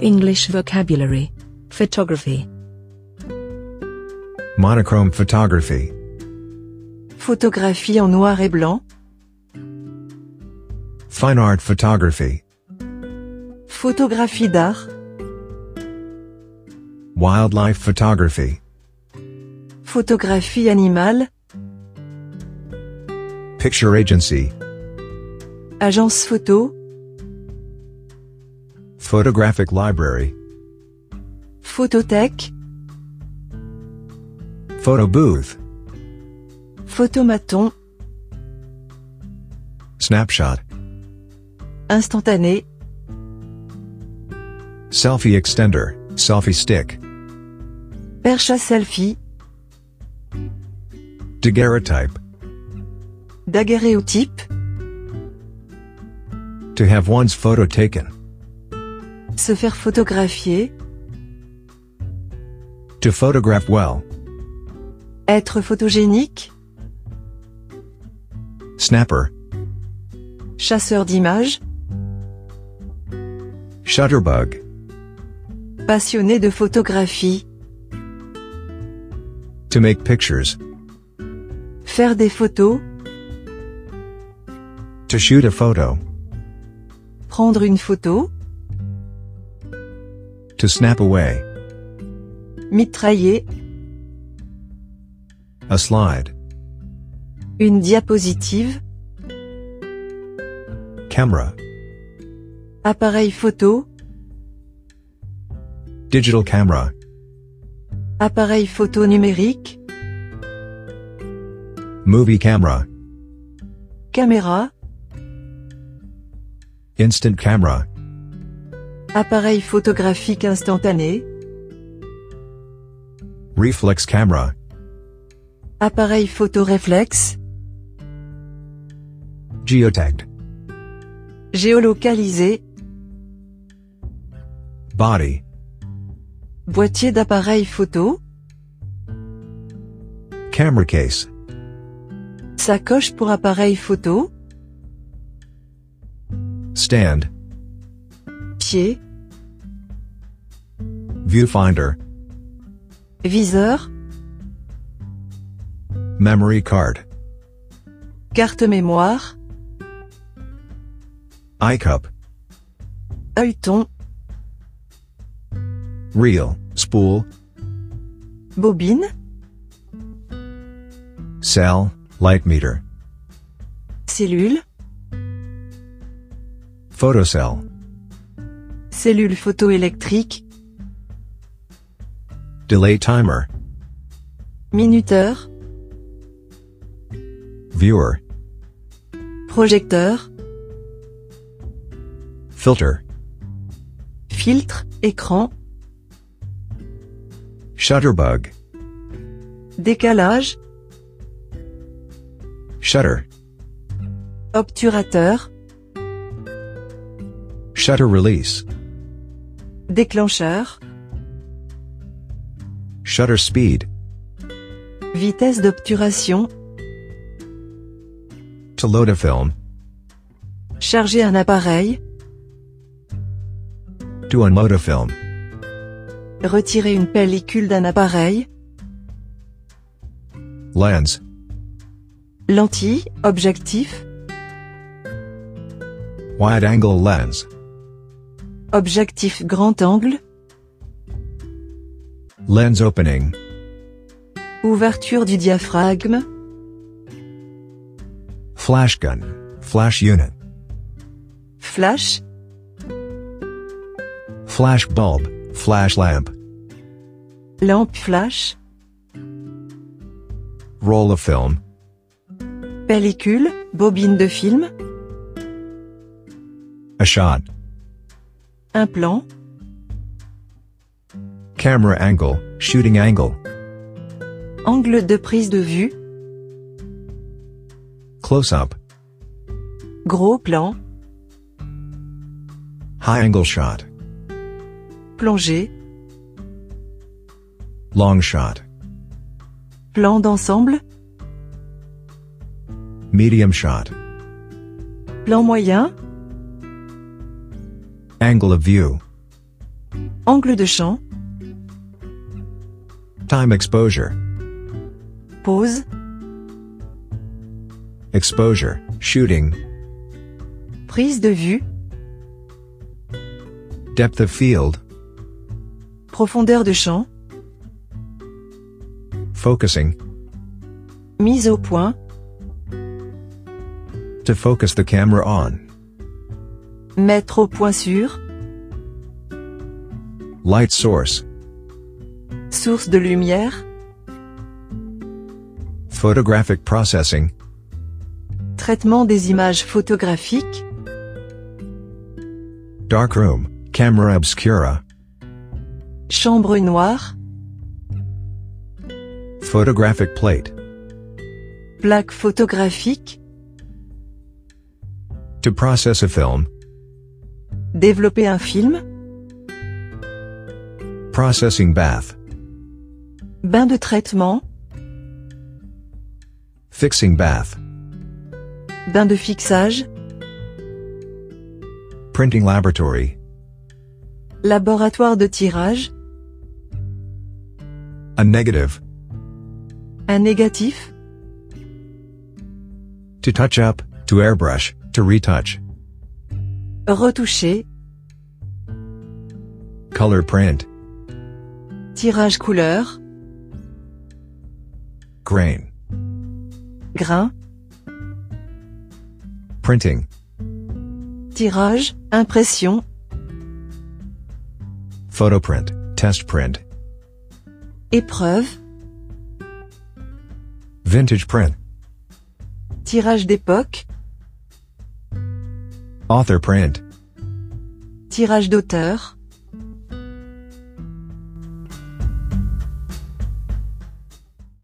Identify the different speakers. Speaker 1: English vocabulary. Photography.
Speaker 2: Monochrome photography.
Speaker 3: Photographie en noir et blanc,
Speaker 2: Fine art photography.
Speaker 3: photographie d'art,
Speaker 2: Wildlife photography.
Speaker 3: photographie animale,
Speaker 2: Picture agency.
Speaker 3: agence photo,
Speaker 2: Photographic library.
Speaker 3: photothèque,
Speaker 2: Photo booth.
Speaker 3: photomaton,
Speaker 2: Snapshot.
Speaker 3: instantané,
Speaker 2: Selfie extender. Selfie stick.
Speaker 3: perche à selfie,
Speaker 2: Daguerreotype.
Speaker 3: daguerréotype,
Speaker 2: To have one's photo taken.
Speaker 3: se faire photographier,
Speaker 2: To photograph well.
Speaker 3: être photogénique,
Speaker 2: Snapper.
Speaker 3: chasseur d'images,
Speaker 2: Shutterbug.
Speaker 3: passionné de photographie,
Speaker 2: To make pictures.
Speaker 3: faire des photos,
Speaker 2: To shoot a photo.
Speaker 3: prendre une photo,
Speaker 2: To snap away.
Speaker 3: mitrailler,
Speaker 2: A slide.
Speaker 3: une diapositive,
Speaker 2: Camera.
Speaker 3: appareil photo,
Speaker 2: Digital camera.
Speaker 3: appareil photo numérique,
Speaker 2: Movie camera.
Speaker 3: caméra,
Speaker 2: Instant camera.
Speaker 3: appareil photographique instantané,
Speaker 2: Reflex camera.
Speaker 3: appareil photo réflexe,
Speaker 2: Geotagged.
Speaker 3: géolocalisé,
Speaker 2: Body.
Speaker 3: boîtier d'appareil photo,
Speaker 2: Camera case.
Speaker 3: sacoche pour appareil photo,
Speaker 2: Stand.
Speaker 3: pied,
Speaker 2: Viewfinder.
Speaker 3: viseur,
Speaker 2: Memory card.
Speaker 3: carte mémoire,
Speaker 2: Eye cup.
Speaker 3: œilleton,
Speaker 2: Reel. Spool.
Speaker 3: bobine,
Speaker 2: Cell. Light meter.
Speaker 3: cellule,
Speaker 2: Photocell.
Speaker 3: cellule photoélectrique,
Speaker 2: Delay timer.
Speaker 3: minuteur,
Speaker 2: Viewer.
Speaker 3: projecteur,
Speaker 2: Filter.
Speaker 3: filtre, écran,
Speaker 2: Shutterbug.
Speaker 3: décalage,
Speaker 2: Shutter.
Speaker 3: obturateur,
Speaker 2: Shutter release.
Speaker 3: déclencheur,
Speaker 2: Shutter speed.
Speaker 3: vitesse d'obturation,
Speaker 2: To load a film.
Speaker 3: charger un appareil,
Speaker 2: To unload a film.
Speaker 3: retirer une pellicule d'un appareil,
Speaker 2: Lens.
Speaker 3: lentille, objectif,
Speaker 2: Wide angle lens.
Speaker 3: objectif grand angle,
Speaker 2: Lens opening.
Speaker 3: Ouverture du diaphragme,
Speaker 2: Flash gun. Flash unit.
Speaker 3: flash,
Speaker 2: Flash bulb. Flash lamp.
Speaker 3: lampe flash,
Speaker 2: Roll of film.
Speaker 3: pellicule, bobine de film,
Speaker 2: A shot.
Speaker 3: un plan,
Speaker 2: Camera angle. Shooting angle.
Speaker 3: angle de prise de vue,
Speaker 2: Close up.
Speaker 3: gros plan,
Speaker 2: High angle shot.
Speaker 3: plongée,
Speaker 2: Long shot.
Speaker 3: plan d'ensemble,
Speaker 2: Medium shot.
Speaker 3: plan moyen,
Speaker 2: Angle of view.
Speaker 3: Angle de champ,
Speaker 2: Time exposure.
Speaker 3: pause,
Speaker 2: Exposure. Shooting.
Speaker 3: prise de vue,
Speaker 2: Depth of field.
Speaker 3: profondeur de champ,
Speaker 2: Focusing.
Speaker 3: mise au point,
Speaker 2: To focus the camera on.
Speaker 3: mettre au point sur,
Speaker 2: Light source.
Speaker 3: source de lumière,
Speaker 2: Photographic processing.
Speaker 3: traitement des images photographiques,
Speaker 2: Dark room. Camera obscura.
Speaker 3: chambre noire,
Speaker 2: Photographic plate.
Speaker 3: plaque photographique,
Speaker 2: To process a film.
Speaker 3: développer un film,
Speaker 2: Processing bath.
Speaker 3: bain de traitement,
Speaker 2: Fixing bath.
Speaker 3: bain de fixage,
Speaker 2: Printing laboratory.
Speaker 3: laboratoire de tirage,
Speaker 2: A negative.
Speaker 3: un négatif,
Speaker 2: To touch up. To airbrush. To retouch.
Speaker 3: retoucher,
Speaker 2: Color print.
Speaker 3: tirage couleur,
Speaker 2: Grain.
Speaker 3: grain,
Speaker 2: Printing.
Speaker 3: tirage, impression,
Speaker 2: Photoprint. Test print.
Speaker 3: épreuve,
Speaker 2: Vintage print.
Speaker 3: tirage d'époque,
Speaker 2: Author print.
Speaker 3: tirage d'auteur,